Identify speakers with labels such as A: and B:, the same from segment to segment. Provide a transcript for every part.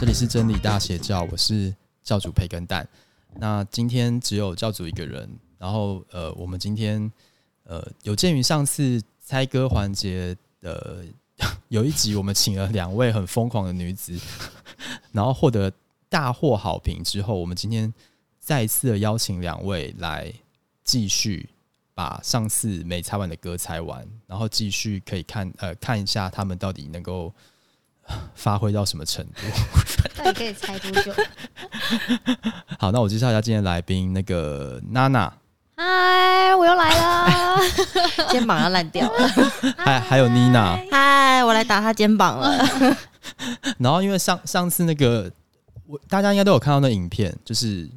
A: 这里是真理大邪教，我是教主培根蛋。那今天只有教主一个人，然后呃，我们今天呃，有鉴于上次猜歌环节的呃 有一集，我们请了两位很疯狂的女子， 然后获得大获好评之后，我们今天再次的邀请两位来继续把上次没猜完的歌猜完，然后继续可以看呃看一下他们到底能够发挥到什么程度。
B: 到底可以猜多久？
A: 好，那我介绍一下今天的来宾，那个娜娜，
B: 嗨，我又来了。
C: 肩膀要烂掉了。
A: 还还有妮娜。
C: 嗨，我来打他肩膀了。
A: 然后因为上上次那个，我大家应该都有看到那影片，就是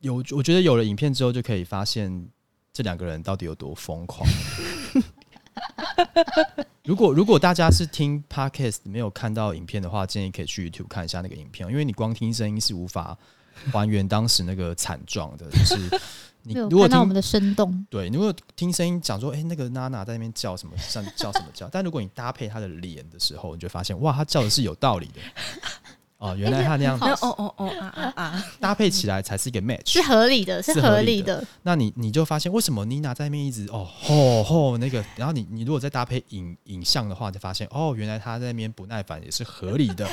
A: 有我觉得有了影片之后，就可以发现这两个人到底有多疯 狂。如果如果大家是听 podcast 没有看到影片的话，建议可以去 YouTube 看一下那个影片，因为你光听声音是无法还原当时那个惨状的。就是你
B: 没有
A: 如果
B: 看到我
A: 听
B: 们的生动，
A: 对，你如果听声音讲说，哎、那个娜娜在那边叫什么，像叫什么叫，但如果你搭配她的脸的时候，你就发现，哇，她叫的是有道理的。哦，原来她那样
B: 好
C: 哦哦哦啊啊啊！
A: 搭配起来才是一个 match
B: 是。合理的，
A: 是
B: 是
A: 合
B: 合
A: 理
B: 理
A: 的
B: 的。
A: 那你你就发现为什么妮娜在那边一直哦吼吼那个，然后你你如果再搭配影影像的话，就发现哦，原来她在那边不耐烦也是合理的，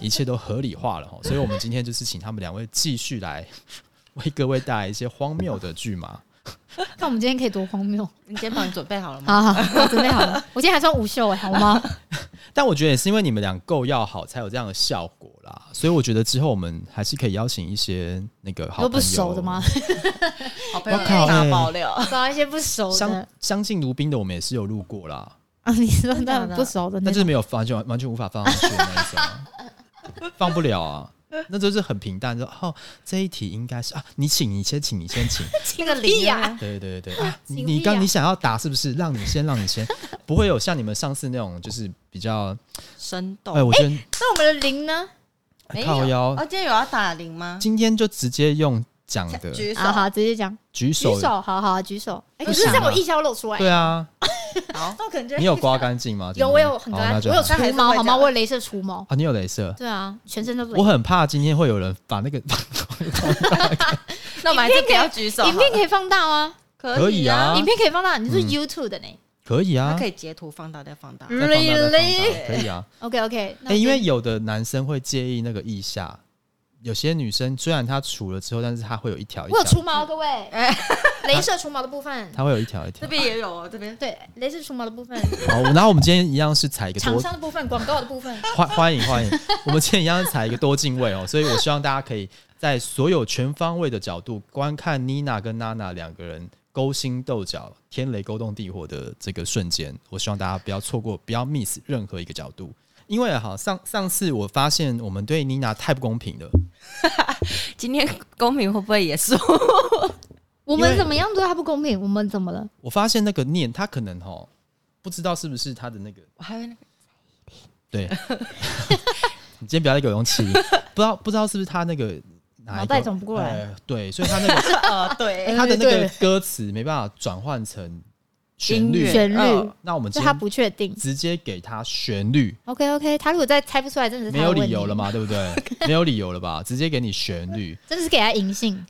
A: 一切都合理化了哈。所以我们今天就是请他们两位继续来 为各位带来一些荒谬的剧码。
B: 看我们今天可以多荒谬！
C: 你肩膀准备好了吗？
B: 好好，我准备好了。我今天还穿无袖哎、好吗？
A: 但我觉得也是因为你们俩够要好，才有这样的效果啦。所以我觉得之后我们还是可以邀请一些那个好朋友
B: 都不熟的吗？？
C: 好朋友
A: 我靠
C: 大爆料。
B: 找一些不熟
A: 相
B: 的
A: 相敬如宾的，我们也是有录过啦，
B: 啊，你说
C: 真的
B: 那
C: 假的
B: 种不熟的那
A: 但就是
B: 种，
A: 没有完全完全无法放上去的那一种啊，放不了啊。那就是很平淡，说哦，这一题应该是啊，你请，你先请，你先 请。
C: 那个零呀，
A: 对对对对，啊、你
B: 请
A: 你
B: 闭
A: 刚
B: 啊
A: 你想要打是不是？让你先，让你先，不会有像你们上次那种，就是比较，
C: 生
A: 哎、
C: 动。
A: 我觉得、
B: 那我们的零呢？
C: 没
A: 靠
C: 有。
A: 腰
C: 哦，，今天有要打零吗？
A: 今天就直接用讲的
C: 举手。
B: 啊，好，直接讲，
A: 举
B: 举
A: 手，
B: 手，好好举手。
A: 不
B: 哎、可是
A: 行
B: 在我
A: 啊
B: 一消露出来，
A: 对啊，
C: 好，
B: 那我可能就
A: 你有刮干净吗？今
B: 有
A: 天
B: 我有很多啊
A: 好那就
B: 我有
A: 好
C: 但还
B: 除
C: 是会
B: 毛好吗？
C: 讲
B: 我有镭射除毛。
A: 啊，你有镭射。
B: 对啊，全身都雷
A: 我。很怕今天会有人把 那个
C: 那我们还是不要举手好了。
B: 影片可以放大吗？
A: 可以啊
B: 影片可以放大，你是
A: 嗯
B: YouTube 的呢
A: 可以
C: 它
A: 啊，
C: 可
A: 以
C: 以截图放大再放大。
B: 嗯
A: 再放大再放大
B: Really？
A: 可以啊。
B: ？OK OK，
A: 哎，因为有的男生会介意那个腋下，有些女生虽然她除了之后，但是她会有一条一
B: 我有除
A: 条，
B: 毛，各位
C: 哎，
B: 镭射除毛的部分，
A: 她会有一条一
C: 这
A: 条。
C: 边也有哦，这边
B: 对，镭射除毛的部分，
A: 好，然后我们今天一样是采一个
B: 厂
A: 多
B: 商的部分，广告的部分，
A: 欢欢迎欢迎，我们今天一样是采一个多进位哦，所以我希望大家可以在所有全方位的角度观看妮娜跟娜娜两个人勾心斗角、天雷勾动地火的这个瞬间，我希望大家不要错过，不要 miss 任何一个角度。因为哈上上次我发现我们对妮娜太不公平了，
C: 今天公民会不会也输？
B: 我
A: 因
B: 们
A: 为
B: 怎么样对他不公平？我们怎么了？
A: 我发现那个念她可能哈不知道是不是她的那个
C: 我还有那个
A: 对， 你今天不要再给我用气音，不知道不知道是不是她那个哪一个
B: 脑袋转不过来
A: 呃对，所以她那个
C: 呃，对，
A: 他的那
B: 哎对
A: 个
B: 对
A: 歌词没办法转换成旋律，
C: 音乐
B: 旋律
C: 嗯，
A: 那我们
B: 就
A: 今
B: 他
A: 天
B: 不确定。
A: 直接给他旋律，
B: OK OK，他如果再猜不出来，真的是
A: 没
B: 他的
A: 有
B: 问
A: 理
B: 题
A: 由了？嘛，对不对？没有理由了吧？直接给你旋律，
B: 真的是给他银杏，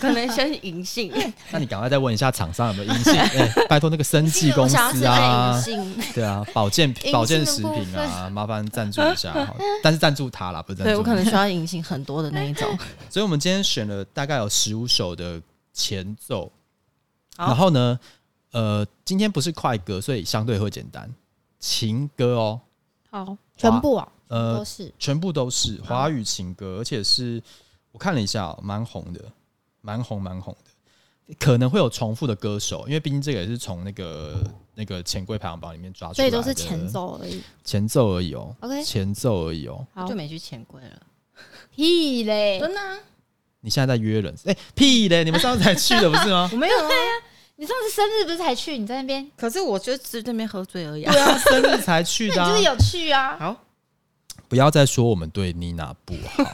C: 可能先银杏，
A: 那你赶快再问一下厂商有没有银杏？哎，拜托那个生技公
C: 我想要吃
A: 司
C: 那
A: 啊
C: 银，杏。
A: 对啊，保健
B: 的
A: 保健食
B: 部
A: 品啊，麻烦赞助一下好，但是赞助他啦，不是赞助
C: 对
A: 你。
C: 我可能需要隐形很多的那一种。
A: 所以我们今天选了大概有十五首的前奏，
C: 好
A: 然后呢，呃，今天不是快歌，所以相对会简单，情歌哦，
B: 好，全部啊，
A: 呃
B: 都，是嗯
A: 全部都是华语情歌，而且是我看了一下、哦，蛮红的，蛮红蛮红的，可能会有重复的歌手，因为毕竟这个也是从那个那个钱柜排行榜里面抓出
B: 所
A: 来
B: 以
A: 的，
B: 都是前奏而已。
A: 前奏而已哦
B: OK
A: 前奏而已哦，
B: 好
C: 就，没去钱柜了，
B: 屁嘞！
C: 真的啊、？
A: 你现在在约人，哎、屁嘞，你们上次才去的不是 吗
C: 我没有啊。
B: 你上次生日不是才去？你在那边，
C: 可是我就只是那边喝醉而 已、啊。
A: 对啊，生日才去
B: 那
A: 的、
B: 你
A: 啊，
B: 就是有去啊？
C: 好，
A: 不要再说我们对妮娜不好。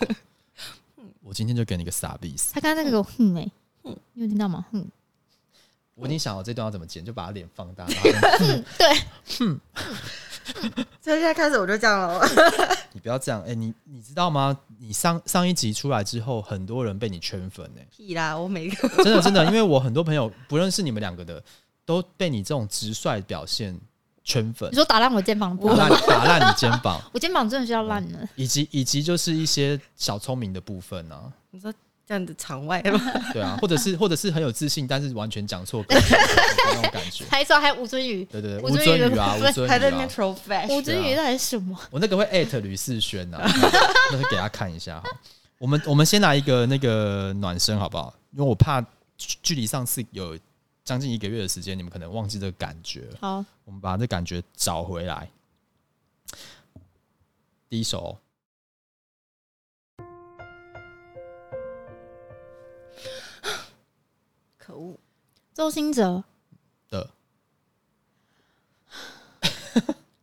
A: 我今天就给你个傻逼死！
B: 他刚刚那个哼
A: 欸
B: 哎，你有听到吗？哼，
A: 我已经想好这段要怎么剪，就把他脸放大。然后
B: 对，
C: 所以现在开始我就这样了。
A: 你不要这样。哎、你你知道吗？你上上一集出来之后，很多人被你圈粉哎、
C: 屁啦！我每个
A: 真的真的，因为我很多朋友不认识你们两个的，都被你这种直率表现圈粉
B: 你，说打烂我肩膀的部
A: 打
B: 分，
A: 烂打烂你肩膀，
B: 我肩膀真的是要烂了。
A: 以及以及就是一些小聪明的部分啊，
C: 你说这样的场外吗？
A: 对啊，或者是或者是很有自信，但是完全讲错梗 的那种感觉，
B: 拍照还有吴尊宇，
A: 对对对，
B: 吴
A: 吴
B: 尊宇
A: 尊宇
B: 的
A: 啊，
B: 部
A: 吴
B: 分
A: 尊
C: 还在
A: 宇
C: 那
A: 啊
C: 边，throw back，
B: 吴尊宇到底是什么？
A: 我那个会艾特吕世轩呐、啊， 那个给他看一下哈。我们我们先来一个那个暖身好不好？因为我怕距距离上次有将近一个月的时间，你们可能忘记这个感觉了。
B: 好，
A: 我们把这感觉找回来。第一首哦，
C: 可恶！
B: 周星哲，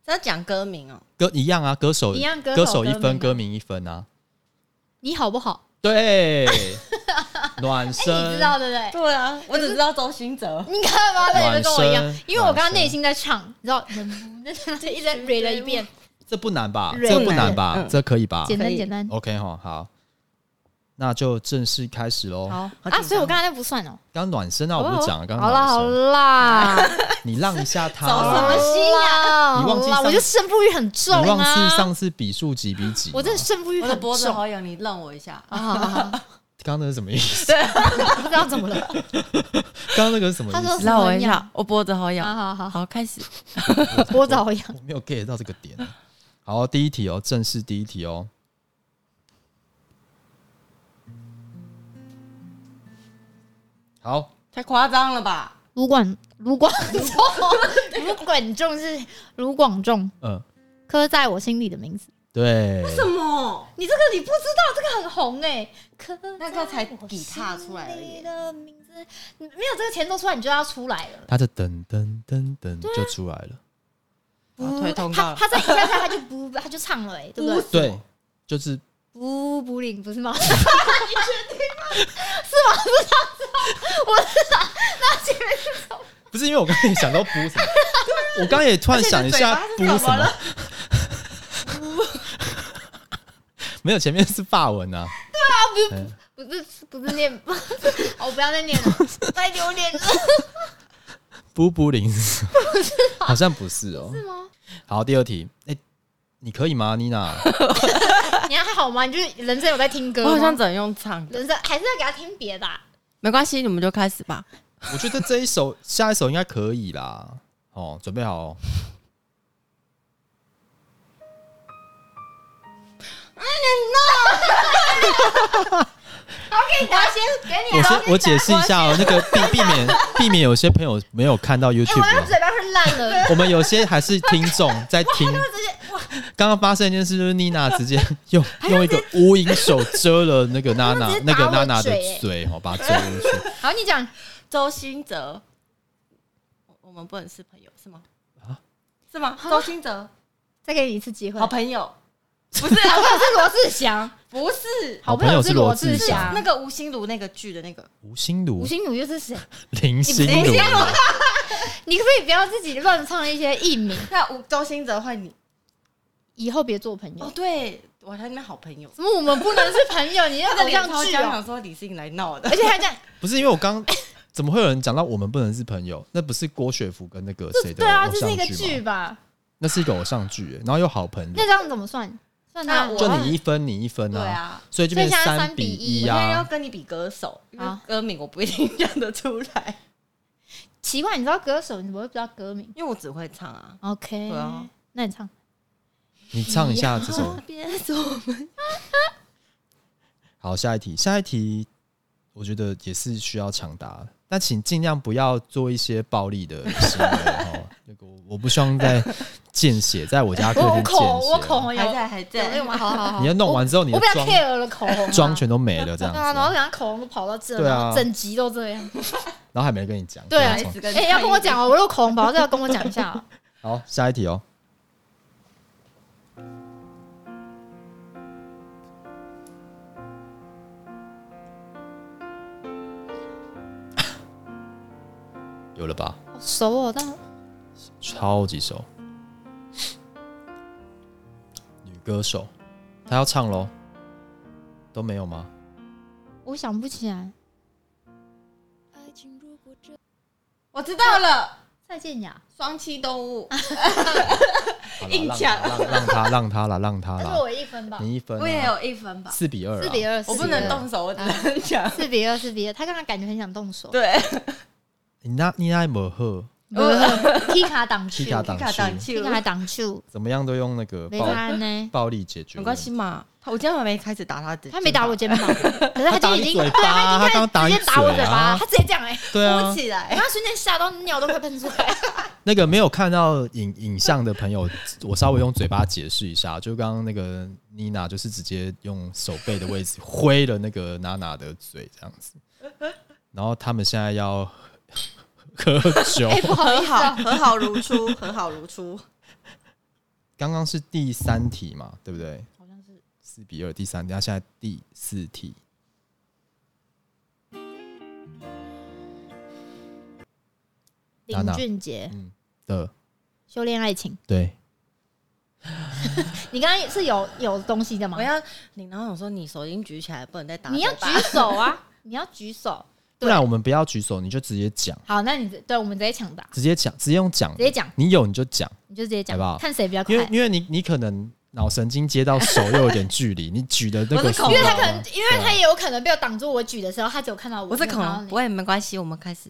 C: 是要讲歌名哦，
A: 歌一样啊，歌手
B: 一样歌
A: 歌手
B: 手
A: 一分，歌
B: 名，
A: 名一分啊。
B: 你好不好？
A: 对，暖
B: 哎，
A: 身，
B: 你知道对不对？
C: 对啊，我只知道周兴哲，
B: 你看吧，那你们跟我一样
A: 暖身，
B: 因为我刚刚内心在唱，你知道，能不能就一直在 re 了一遍，
A: 这不难吧？
B: Rain
A: 这不难吧？
C: 嗯
A: 这可以吧
B: 简
C: 可
B: 单
C: 以
B: 简单。
A: ？OK 哈，好，那就正式开始喽。
C: 好
B: 啊，所以我刚才那不算哦。
A: 刚暖身啊，
B: 好
A: 我
B: 不
A: 不
B: 好
A: 是讲了，刚
B: 好啦
A: 暖
B: 好
A: 身，
B: 啦，
A: 你让一下他
C: 找什么
A: 啦。
B: 心呀
A: 你忘记
B: 好啦，
A: 上
B: 我就胜负欲很重
A: 你忘记
B: 啊，
A: 上次比数几比几吗？
B: 我真的胜负欲
C: 我
B: 很重
C: 的脖子好痒，你让我一下。
B: 啊，好好好
A: 刚刚那是什么意思？
B: 不知道怎么了。
A: 刚刚那个是什么
B: 他
A: 意
B: 说
A: 思？
C: 让我一下，我脖子好痒。
B: 好好好，
C: 好，开始。
B: 脖子好痒，
A: 我没有 get 到这个点。啊好，第一题哦，正式第一题哦。好，
C: 太夸张了吧？
B: 卢广卢广仲，卢广仲是卢广仲，
A: 嗯，
B: 刻在我心里的名字。
A: 对，
C: 什么？
B: 你这个你不知道，这个很红哎、可
C: 那个才底踏出来而已
B: 你的名字你没有这个前奏出来，你就要出来了。
A: 他的噔噔噔噔
B: 啊
A: 就出来了，
C: 我啊推通告
B: 他
C: 了。
B: 他在一下下他就不他就唱了哎、对不对？
A: 对，就是
B: 不不灵不是吗？
A: 不是因为我刚才想到补什么，我刚刚也突然想一下
C: 而且
A: 补
C: 你的嘴巴是
A: 什
C: 怎么
A: 么
C: 了，
A: 没有前面是法文啊，
B: 不是不是念， 哦不要再念了，太丢脸了
A: 布布林斯，好像不是哦。
B: 是吗？
A: 好，第二题，哎、你可以吗，妮娜？
B: 你还好吗？你就是人生有在听歌
C: 我
B: 吗？
C: 好像只能用唱的，
B: 人生还是要给他听别的、啊。
C: 没关系，你们就开始吧。
A: 我觉得这一首、下一首应该可以啦。哦，准备好、哦。
B: 我要先给你
A: 我
B: 啊，
A: 先我解释一下哦，那个避避免避免有些朋友没有看到
B: 哎、我
A: YouTube
B: 的
A: 哦。
B: 嘴巴是烂了。
A: 我们有些还是听众在听。
B: 直接哎
A: 刚刚发生一件事，就是妮娜直 接用用一个无影手遮了那个娜
B: 她
A: 娜
B: 直接
A: 那
B: 打
A: 个
B: 我
A: 娜娜的
B: 嘴欸
A: 嘴哦，把它遮 进去。
B: 好，你讲
C: 周兴哲，我我们不能是朋友是吗？
A: 啊
C: 是吗？周兴哲，
B: 再给你一次机会。
C: 好朋友，
B: 不是，
C: 啊
B: 好朋友是罗志祥，
C: 不是
A: 好
B: 好
A: 朋
B: 朋
A: 友
B: 友
A: 是
B: 是
A: 罗
B: 罗
A: 志
B: 志
C: 是啊
A: 祥
B: 祥
C: 那。个吴心如那个剧的那个，
A: 吴心如
B: 吴、心如又是谁？
A: 林心如
C: 林心，
B: 啊你可不可以不要自己乱唱一些艺名？
C: 那吴周兴哲换你
B: 以后别做朋友
C: 哦，。对我还在那边好朋友，
B: 怎么我们不能是朋友？你要
C: 那
B: 偶像剧哦，
C: 想说李信来闹 的
B: 而，且还这样，
A: 不是因为我刚怎么会有人讲到我们不能是朋友？那不是郭雪芙跟那个谁的
B: 对啊，
A: 偶
B: 这是
A: 像
B: 一个
A: 剧
B: 剧
A: 吗？
B: 吧？
A: 那是一个偶像剧耶，然后又好朋友
B: 嗯那，这样怎么算？算他
C: 那我
A: 就你一分你一分
C: 对
A: 啊，
C: 啊。
A: 所以就变
B: 所以现在
A: 三
B: 3
A: 比
B: 比
C: 我
A: 一
B: 一
C: 现在要
A: 啊。
C: 跟你比歌手，因为
B: 好
C: 歌名我不一定认得出来，
B: 奇怪，你知道歌手，你怎么会不知道歌名
C: 因为我只会唱啊。
B: ？OK，
C: 对啊
B: 那你唱
A: 你唱一下这
B: 啊
A: 首。
C: 哦别走，
A: 好，下一题，下一题，我觉得也是需要抢答的，但请尽量不要做一些暴力的行为哦。 那个我我不希望在见血，在我家客
B: 我
A: 厅见
B: 口我口
A: 血。
B: 红有
C: 还在还
B: 有
C: 在
B: 用，吗？好好好，
A: 你要弄完之后，你的
B: 我被他
A: 妆
B: care 了口红啊
A: 妆全都没了，这样
B: 对啊，然后
A: 子，
B: 人家口红都跑到这，
A: 对啊
B: 然后整集都这 样。
A: 然后还没人跟你讲。
B: 对啊
A: 这样子
C: 一直跟
B: 哎、要跟我讲哦，我有口红跑到这，要跟我讲一下、 哦。
A: 好，下一题哦。 有了吧？
B: 好熟哦，但
A: 超级熟，女歌手他要唱喽，都没有吗？
B: 我想不起来。
D: 爱情如果这
C: 我知道了，
B: 蔡健雅，
C: 双栖动物，
A: 好啦
C: 硬
A: 让
C: 抢
A: 让让他让他啦，让他
B: 但是
A: 啦，
B: 我一分吧，
A: 你一分、
C: 我也
A: 啊，
C: 有一分吧，啊
A: 四比二、啊，
B: 四比二，
C: 我不能动手，我只能 讲。
B: 四比二，四比二。他刚刚感觉很想动手，
C: 对，
A: 你那你那没喝，
B: 不是踢卡挡住，
A: 踢卡挡
C: 卡挡
A: 去，
B: 踢
C: 去，
B: 卡 挡住，
A: 怎么样都用那个
B: 没
A: 暴
B: 他呢。
A: 暴力解决，
C: 没关系。嘛。他我今天还没开始打他的，
B: 他没打我，肩膀，可是
A: 他
B: 他
A: 打
B: 就
A: 你
B: 已经
A: 嘴
B: 对，
A: 巴啊，他
B: 他已
A: 刚
B: 经
A: 打
B: 开
A: 你
B: 始直接打我嘴巴，
A: 啊
B: 他，直接这样哎，
A: 对啊
C: 鼓，起来
B: 然。后瞬间吓到尿都快喷出
A: 哦
B: 来。
A: 那个没有看到影影像的朋友，我稍微用嘴巴解释一下，就刚刚那个妮娜就是直接用手背的位置挥了那个娜娜的嘴这样子，然后他们现在要喝酒。
B: 哎
C: 不好意思、 啊，和好如初，和好如初。
A: 刚刚是第三题嘛，对不对？
B: 好像是
A: 四比二，第三题，那现在第四题，娜
B: 林
A: 娜
B: 俊杰
A: 嗯的
B: 修炼爱情，
A: 对，
B: 你刚刚是有有东西的吗
C: 我？要你，然后我说你手已经举起来，不能再打
B: 你要举手 啊，你要举手。
A: 不然我们不要举手，你就直接讲，
B: 好，那你对我们直接抢答，
A: 直接讲，直接用讲的，
B: 直接讲
A: 你有你就讲，
B: 你就直接讲
A: 好不好，
B: 看谁比较快。
A: 因为
B: 因
A: 因为你你可能脑神经接到手又有点距离，你举的那
C: 我
A: 个
C: 是
A: 手
C: 恐
A: 啊，
C: 龙
B: 为他可能，因为
A: 对啊
B: 他也有可能被我挡住我举的时候，他只有看到我。
C: 我是恐
B: 没有看到
C: 龙，
B: 你
C: 不会没关系，我们开始。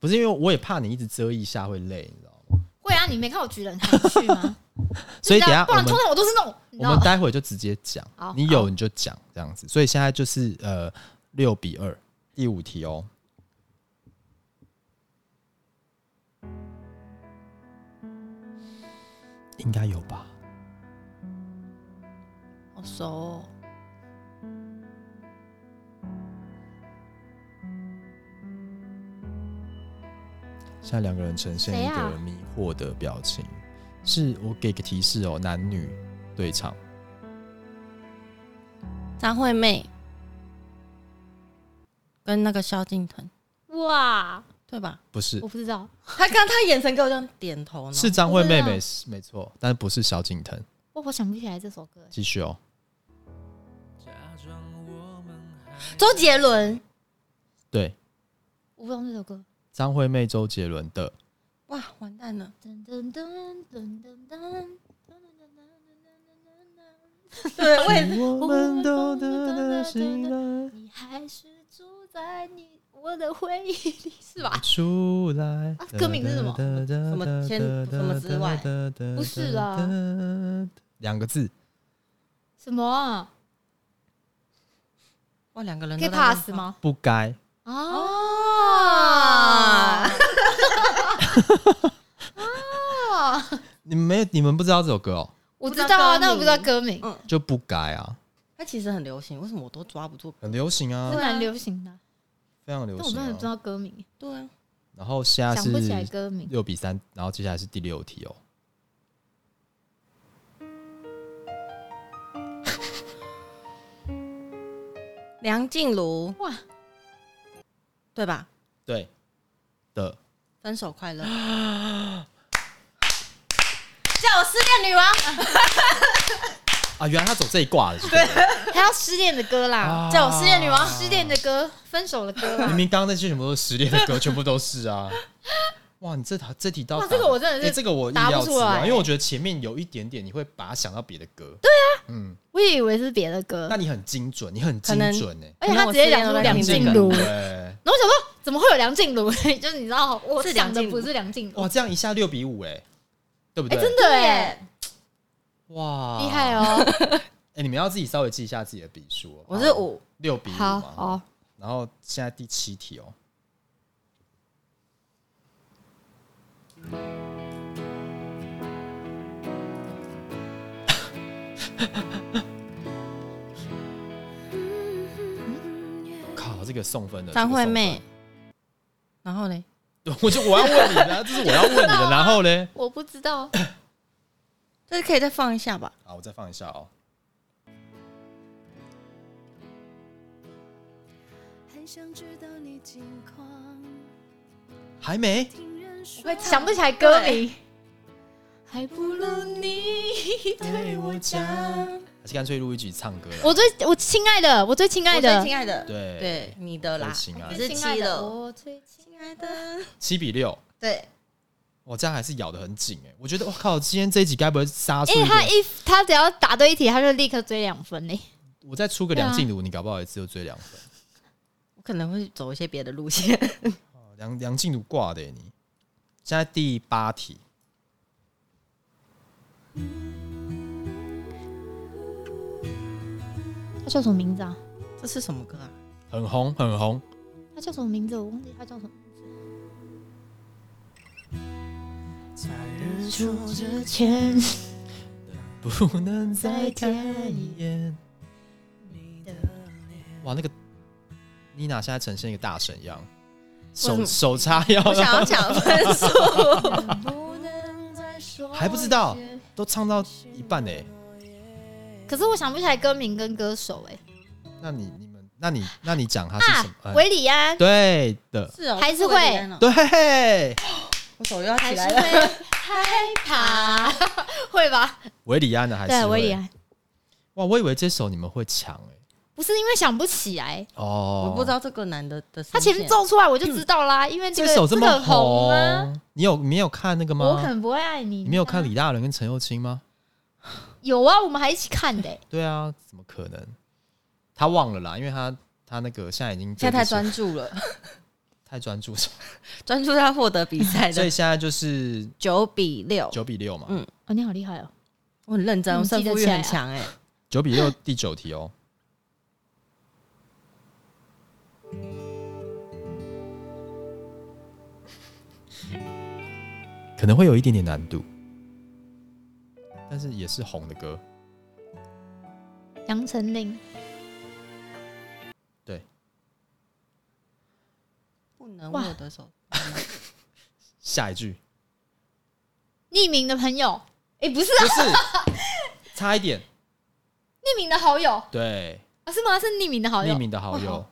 A: 不是因为我也怕你一直遮一下会累，你知道吗？
B: 会啊，你没看我举人很去吗？
A: 所以等一下
B: 不然
A: 我们
B: 通常我都是那种，你知
A: 我
B: 道
A: 们待会就直接讲
B: 好，
A: 你有你就讲这样子，所以现在就是呃六比二，第五题哦。应该有吧？
C: 好熟、哦，
A: 现在两个人呈现
B: 谁
A: 一
B: 啊
A: 个迷惑的表情。是我给个提示哦，男女对唱。
C: 张惠妹跟那个萧敬腾，
B: 哇，
C: 对吧？
A: 不是
B: 我，不知道，
C: 他刚他眼神给我这样点头呢，
A: 是张惠妹
B: 我
A: 没
B: 不
A: 没错，但不是萧敬腾。
B: 我我想不起来这首歌。
A: 继续哦，
C: 周杰伦。
A: 对，
B: 我不懂这首歌。
A: 张惠妹、周杰伦的
C: 哇，完蛋 了！
B: 噔噔噔噔噔噔。
C: 对，我也
A: 我
B: 们都
A: 得
B: 得
A: 到
B: 到
A: 信
B: 信
A: 赖，
B: 你还是住在你我的回忆里， 是吧？
A: 出来
B: 啊。歌名是什么
A: 什
C: 么千什么之外？
A: 不
B: 不是啊，
A: 两个字，
B: 什么啊？
C: 哇，两个人
B: 可以
C: 都在那边
B: pass 吗？
A: 不该。
B: 啊
C: 啊？
B: 啊！
A: 你们没有，你们不知道这首歌哦，
B: 我知道啊，但我不知道
C: 歌
B: 歌名，
A: 就不该啊，
C: 它其实很流行，为什么我都抓不住？
A: 很流行啊
B: 是，蛮流行的，
A: 非常流
B: 嗯但我
A: 行
B: 真的不知
A: 啊。
B: 道歌名，
C: 对啊，
A: 然后现在
B: 想不起来
A: 是
B: 歌名。
A: 六比三，然后接下来是第六题哦。
C: 梁静茹
B: 哇，
C: 对吧？
A: 对的，
C: 分手快 乐，叫我失恋女王，
A: 啊，原来他走这一挂的，对，
B: 还要失恋的歌啦，
A: 叫我失恋
B: 女王，失恋的歌，分手的 歌
A: 啊明
B: 啦。
A: 明刚刚那些全部都是失恋的歌，全部都是啊。哇，你这题这题到
B: 哇，这个我真的
A: 哎，
B: 是
A: 这个我意
B: 答不
A: 料之
B: 出
A: 外，
B: 来
A: 啊
B: 欸
A: 因为我觉得前面有一点点你会把它想到别的歌，对啊，嗯，
B: 我也以为是别的歌
A: 那，你很精准，你很精准哎，
B: 而且他直接讲出梁静茹，然
A: 对，
B: 后我想说怎么会有梁静茹？ 就是你知道，我
C: 是
B: 想
C: 梁
B: 的
C: 静茹
B: 不是梁静茹，
A: 哇，这样一下六比五哎，对不
B: 哎，
A: 对？
B: 真的哎，
A: 哇，
B: 厉害！哦。
A: 哎，你们要自己稍微记一下自己的比数哦，
C: 我是五，
A: 六比五
B: 好哦
A: 嘛，
B: 好，
A: 然后现在第七题 哦，靠，这个送分的
C: 张惠妹，，然后嘞，
A: 这个送分我就我要问 你的，啊这是我要问你的，然后呢？
B: 我不知道，
C: 这可以再放一下吧？
A: 好，我再放一下哦，
D: 很想知道你近况，
A: 还没，
D: 听人说
B: 我想不起来歌名，还不
D: 不如你对我讲，
A: 还是干脆录一集唱歌啦？
B: 我最我亲爱的，我最亲爱的，
C: 亲爱的，
A: 对
C: 对，你的啦
A: 最，亲爱
C: 你
A: 的
C: 是
E: 亲爱
C: 七
E: 的，
C: 了，
E: 我最亲爱的，
A: 七比六，
E: 对，
A: 我这样还是咬得很紧哎、我觉得我靠，今天这一集该不会杀出
B: 因为
A: 一个
B: 哎他一他只要答对一题，他就立刻追两分嘞。
A: 我再出个梁静茹，你搞不好也只有追两分。
C: 我可能会走一些别的路 线。
A: 哦梁梁静茹挂的耶你。现在第八题，
B: 他叫什么名字啊？
C: 这是什么歌啊？
A: 很红很红，
B: 他叫什么名字？我忘记他叫什么。
F: 日
B: 出之前，
A: 不能再看一眼。哇，那个妮娜现在呈现一个大神样，手
C: 为什么
A: 手叉腰，
C: 我想要抢分数，
A: 还不知道，都唱到一半哎、
B: 可是我想不起来歌名跟歌手哎、
A: 那你你们，那你那你讲他是什么？哎
B: 啊维里安，
A: 对的，
C: 是哦
B: 还是会
C: 这么简单哦
A: 对，
C: 我手又要起
B: 还是
C: 来了。
B: 会 害怕， 会吧？
A: 维里安的还是
B: 对，维里
A: 会。
B: 安，
A: 哇，我以为这首你们会抢哎、
B: 不是因为想不起来，
A: 哦，
C: 我不知道这个男的的
B: 他
C: 声线，啊
B: 前面奏出来我就知道啦，因为这
A: 这
B: 个
A: 首这么
B: 个红啊，
A: 你有你有看那个
B: 我啊
A: 吗
B: 可？能不会爱你，
A: 你没有看李大人跟陈又青吗？
B: 有啊，我们还一起看的欸、
A: 对啊，怎么可能？他忘了啦，因为他他那个现在已经
C: 现在太
A: 对不
C: 专
A: 起
C: 注了，
A: 太专注，所
C: 专注他获得比赛
A: 以
C: 的
A: 现在就是
C: 九比六，
A: 九比六嘛，
C: 嗯
B: 哦，你好厉害哦！
C: 我很认真，
B: 嗯
C: 我胜负
B: 记得
C: 欲
B: 起来
C: 很强哎。
A: 九比六第九题哦。可能会有一点点难度，但是也是红的歌。
B: 杨丞琳，
C: 不能
B: 哇
C: 握的手，
A: 下一句
B: 匿名的朋友，哎、不是
A: 不
B: 啊，
A: 是，差一点，
B: 匿名的好友
A: 对，
B: 啊，是吗？是匿名的好友
A: 匿，名的好友。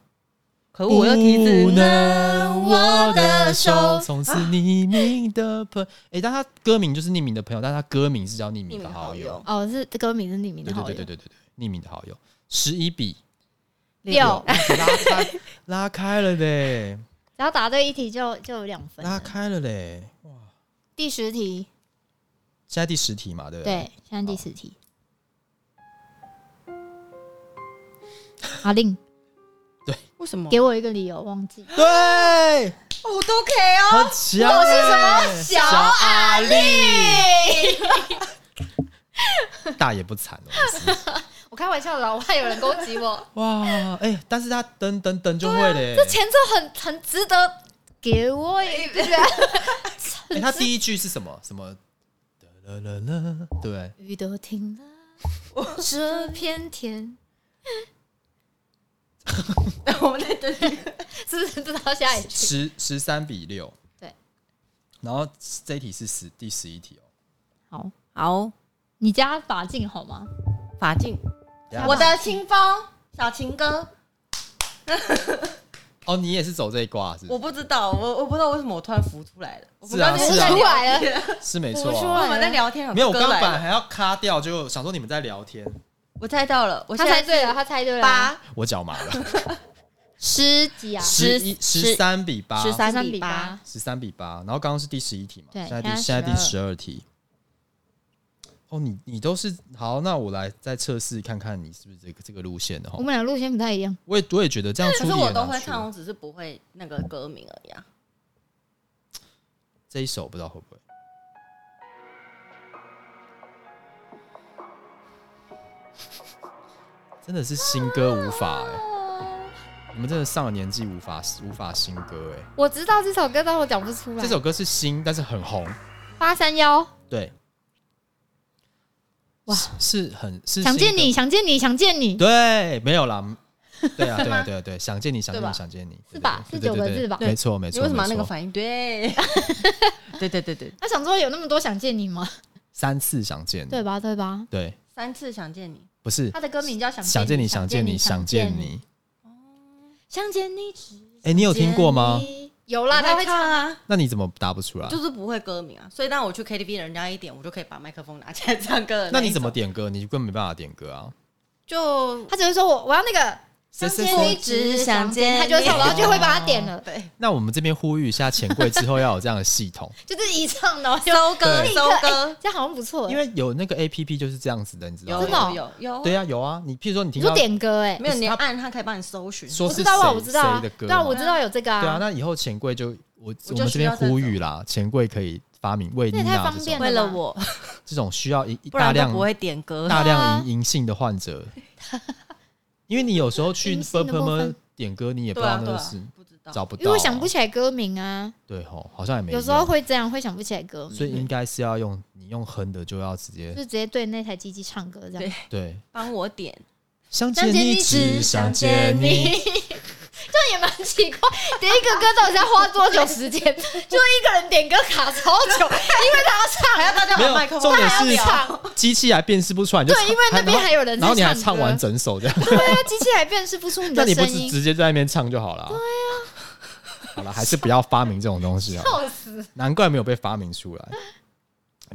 C: 可恶我又提
A: 不
C: 子，
A: 能握的手，从此匿名的朋友。哎、但他歌名就是匿名的朋友，但他歌名是叫匿名的好友。
B: 哦，是这歌名是匿名
A: 对
B: 的
A: 对
B: 好
A: 对
B: 友，
A: 对对对对，匿名的好友，十一比 拉
B: 六，
A: 开拉开了嘞，
B: 只要答对一题就就有两分了。
A: 拉开了嘞。
B: 第十题，
A: 现在第十题嘛，对不对？
B: 对，现在第十题。阿令，
C: 为 什么？
B: 给我一个理由，忘 记
A: 对，
C: 我都可
A: 很巧、欸。是什么？小阿力，大也不惨哦。真是
B: 我开玩笑的啦，我怕有人攻击我。
A: 哇，哎、但是他噔噔噔就会嘞、
B: 啊这前奏很很值得给我一个
A: 哎、他第一句是什么？什么？啦啦啦啦，对，
B: 雨都停了，这片天，
C: 以，我们在等你。
B: 是不是不知道下一句？
A: 十十三比六，
B: 对。
A: 然后这一题是十第十一题哦，
B: 好，
C: 好，
B: 你加把劲好吗？
C: 法镜，
A: 等一下
C: 我的清风，小情歌，
A: 哦，你也是走这一挂是不
C: 我
A: 是？
C: 不知道，我我不知道为什么我突然浮出来了，我们
A: 是啊
C: 刚刚
A: 是啊
C: 在
B: 出来
C: 聊天，
A: 是没
B: 我
A: 错、
B: 说
A: 啊，
C: 我们在聊天，
A: 没有，我
C: 歌
A: 刚刚
C: 来
A: 本来
C: 了
A: 还要卡掉，就想说你们在聊天，
C: 我猜到了，我
B: 他
C: 现在
B: 猜对了，他猜对了，
C: 八
A: 我脚麻了，
B: 十几啊，
A: 十一十三比八，
C: 十三比
B: 比
C: 八，
B: 八，
A: 十三比八，然后刚刚是第十一题嘛，
B: 对
A: 现在第现
B: 现
A: 在
B: 在
A: 第十二题。哦，你你都是好，那我来再测试看看你是不是这个这个路线的哈
B: 我。们俩路线不太一样。
A: 我也我也觉得这样出
C: 可
A: 题
C: 是
A: 也
C: 我都
A: 难啊
C: 会哦
A: 出
C: 唱，我只是不会那个歌名而已啊。
A: 这一首不知道会不会。真的是新歌无法哎、
B: 嗯
A: 你们真的上了年纪无法无法新歌哎、
B: 我知道这首歌，但我讲不出来。
A: 这首歌是新，但是很红，
B: 八三幺，
A: 对，
B: 哇
A: 是，是很是
B: 想见
A: 新歌
B: 你，，想见你，想见你，
A: 对，没有啦，对啊，对啊，对啊，对啊，想见你，想见
C: 对
A: 你，
C: 吧
A: 想见你，
B: 是吧
A: 对对对
B: 是九个
A: 对
B: 字吧
A: 没错，没
C: 你
A: 错，
C: 为什么要那
A: 没
C: 个
A: 错
C: 反应？ 对，对对对对，
B: 他想说有那么多想见你吗？
A: 嗯三次想见你，
B: 对吧？对吧？
A: 对，
C: 三次想见你，
A: 不是
B: 嗯他的歌名叫《
A: 想见
B: 见
A: 你，想
B: 想
A: 见你，
B: 你，
A: 想
B: 想
A: 见
B: 你，
A: 你。
B: 想见你》只
A: 哎，你有听过吗？
B: 有啦，他会唱。
C: 啊，
A: 那你怎么答不出来？
C: 就是不会歌名啊，所以当我去 KTV 人家一点，我就可以把麦克风拿起来唱歌的一种。
A: 那你怎么点歌？你根本没办法点歌啊！
C: 就
B: 他只会说我我要那个
A: 谁谁
G: 我
A: 谁
G: 一直想见你，
B: 他就会唱，然后就会把它点了，
C: 对，
A: 那我们这边呼吁一下，钱柜之后要有这样的系 统，
B: 就是一 唱然后就
G: 搜歌
A: 对
G: 搜
C: 哎
G: 歌，
B: 这样好像不错欸，
A: 因为有那个 A P P 就是这样子的，你知道
C: 有
A: 吗
B: 真？的哦
C: 有有有，
A: 对啊，有啊，你譬如说你
B: 你
A: 听
B: 说
A: 到
B: 点歌哎，
C: 没有你
A: 他
C: 按它可以帮你搜寻，
A: 说
B: 我
A: 是
B: 知
A: 谁
B: 道啊，我知道啊
A: 谁的，歌
B: 对
A: 嘛，
B: 啊，我知道有这个
A: 对啊，
B: 啊，
A: 那以后钱柜就我
C: 就
A: 我们这
C: 需要
A: 边
C: 这
A: 呼吁啦，钱柜可以发明为
B: 这
A: 妮
B: 也太
A: 娜
B: 方
A: 这
B: 便
A: 种
B: 了
C: 为了我，
A: 这种需要一一
C: 不
A: 大
C: 然都
A: 量
C: 不会点歌。
A: 大
B: 啊
A: 量银银性的患者， 因为你有时候去
B: 银杏
A: b
B: 的
A: p
B: 部
A: m
B: 分
A: 点歌，你也不
C: 对
A: 知道
C: 啊
A: 那
C: 对
A: 个
C: 啊
A: 是，
C: 不知道
A: 找不到啊，
B: 因为我想不起来歌名啊，
A: 对吼，好像也没
B: 有时候
A: 用，
B: 会这样，会想嗯不起来歌名，
A: 所以应该是要用你用哼的，就要直接
B: 就直接对那台机器唱歌这样
C: 对。
A: 对。
C: 帮我点，
A: 想
B: 见
A: 见
B: 你
A: 你，
B: 只
A: 只
B: 想
A: 想
B: 见
A: 见
B: 你
A: 你。
B: 这也蛮奇怪， 点一个歌到底是要花多久时 间？就一个人点歌卡超久，因为他要唱，
C: 还要大家
A: 没
C: 把
A: 有
C: 麦克，风
A: 重点
C: 还要聊
A: 是机器还辨识不出来，你就
B: 对，因为那边还有人
A: 然后你还
B: 在
A: 唱
B: 歌
A: 完，整首这样，
B: 对啊，机器还辨识不出你
A: 那
B: 的
A: 你不
B: 声
A: 是
B: 音，
A: 直接在那边唱就好了？对呀， 好了，还是不要发明这种东西啊，
B: 笑死！
A: 难怪没有被发明出来。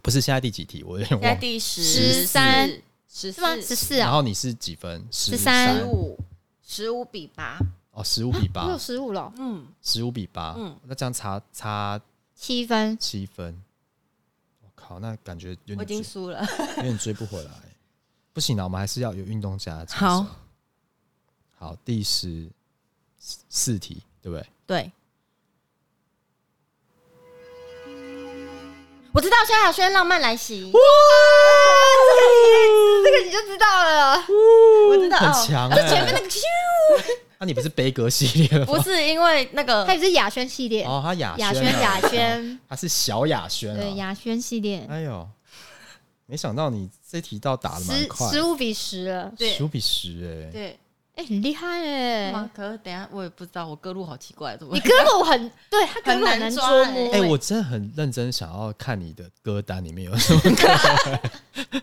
A: 不是现在第几题，我有点
C: 现在
A: 忘了。
C: 第十
B: 13、
C: 十
B: 是吗？十
C: 四、
B: 四
A: 然
B: 啊，
A: 后你是几分？十
B: 13
C: 十五、十五比八，
A: 哦，十五比
B: 我有
A: 八，
B: 十五了，
C: 嗯，
A: 十五比八，
C: 嗯
A: 那这样差差
B: 七分。
A: 七分，我靠，那感觉有
C: 我已
A: 点
C: 经
A: 追
C: 输了。
A: 有点追不回来，不行了，我们还是要有运动家的精神
C: 好，
A: 好，第十四题，对不对？
C: 对，我知道萧亚轩《浪漫来袭》，
B: 这个你就知道了，
C: 我知道
A: 很
C: 哦
A: 强哎、
B: 前面那个咻，
A: 那、你不是悲歌系列的吗？
C: 不是因为那个
B: 它也是雅轩系列，
A: 哦，他雅
B: 雅
A: 轩
B: 轩
A: 啊，
B: 雅轩，
A: 他是小雅轩
B: 对
A: 啊。
B: 雅轩系列，
A: 哎呦，没想到你这题倒打的蛮
B: 十
A: 快，
B: 十五比十了，
C: 对
A: 十五比十哎、
C: 对
B: 哎，很厉害
C: 是
B: 哎
C: 吗。？可是等一下我也不知道，我歌路好奇怪，怎么
B: 你？歌路很对，他歌路很
C: 很
B: 难
C: 难
B: 捉
C: 抓
B: 摸
A: 哎、
B: 哎。
A: 我真的很认真想要看你的歌单里面有什么歌、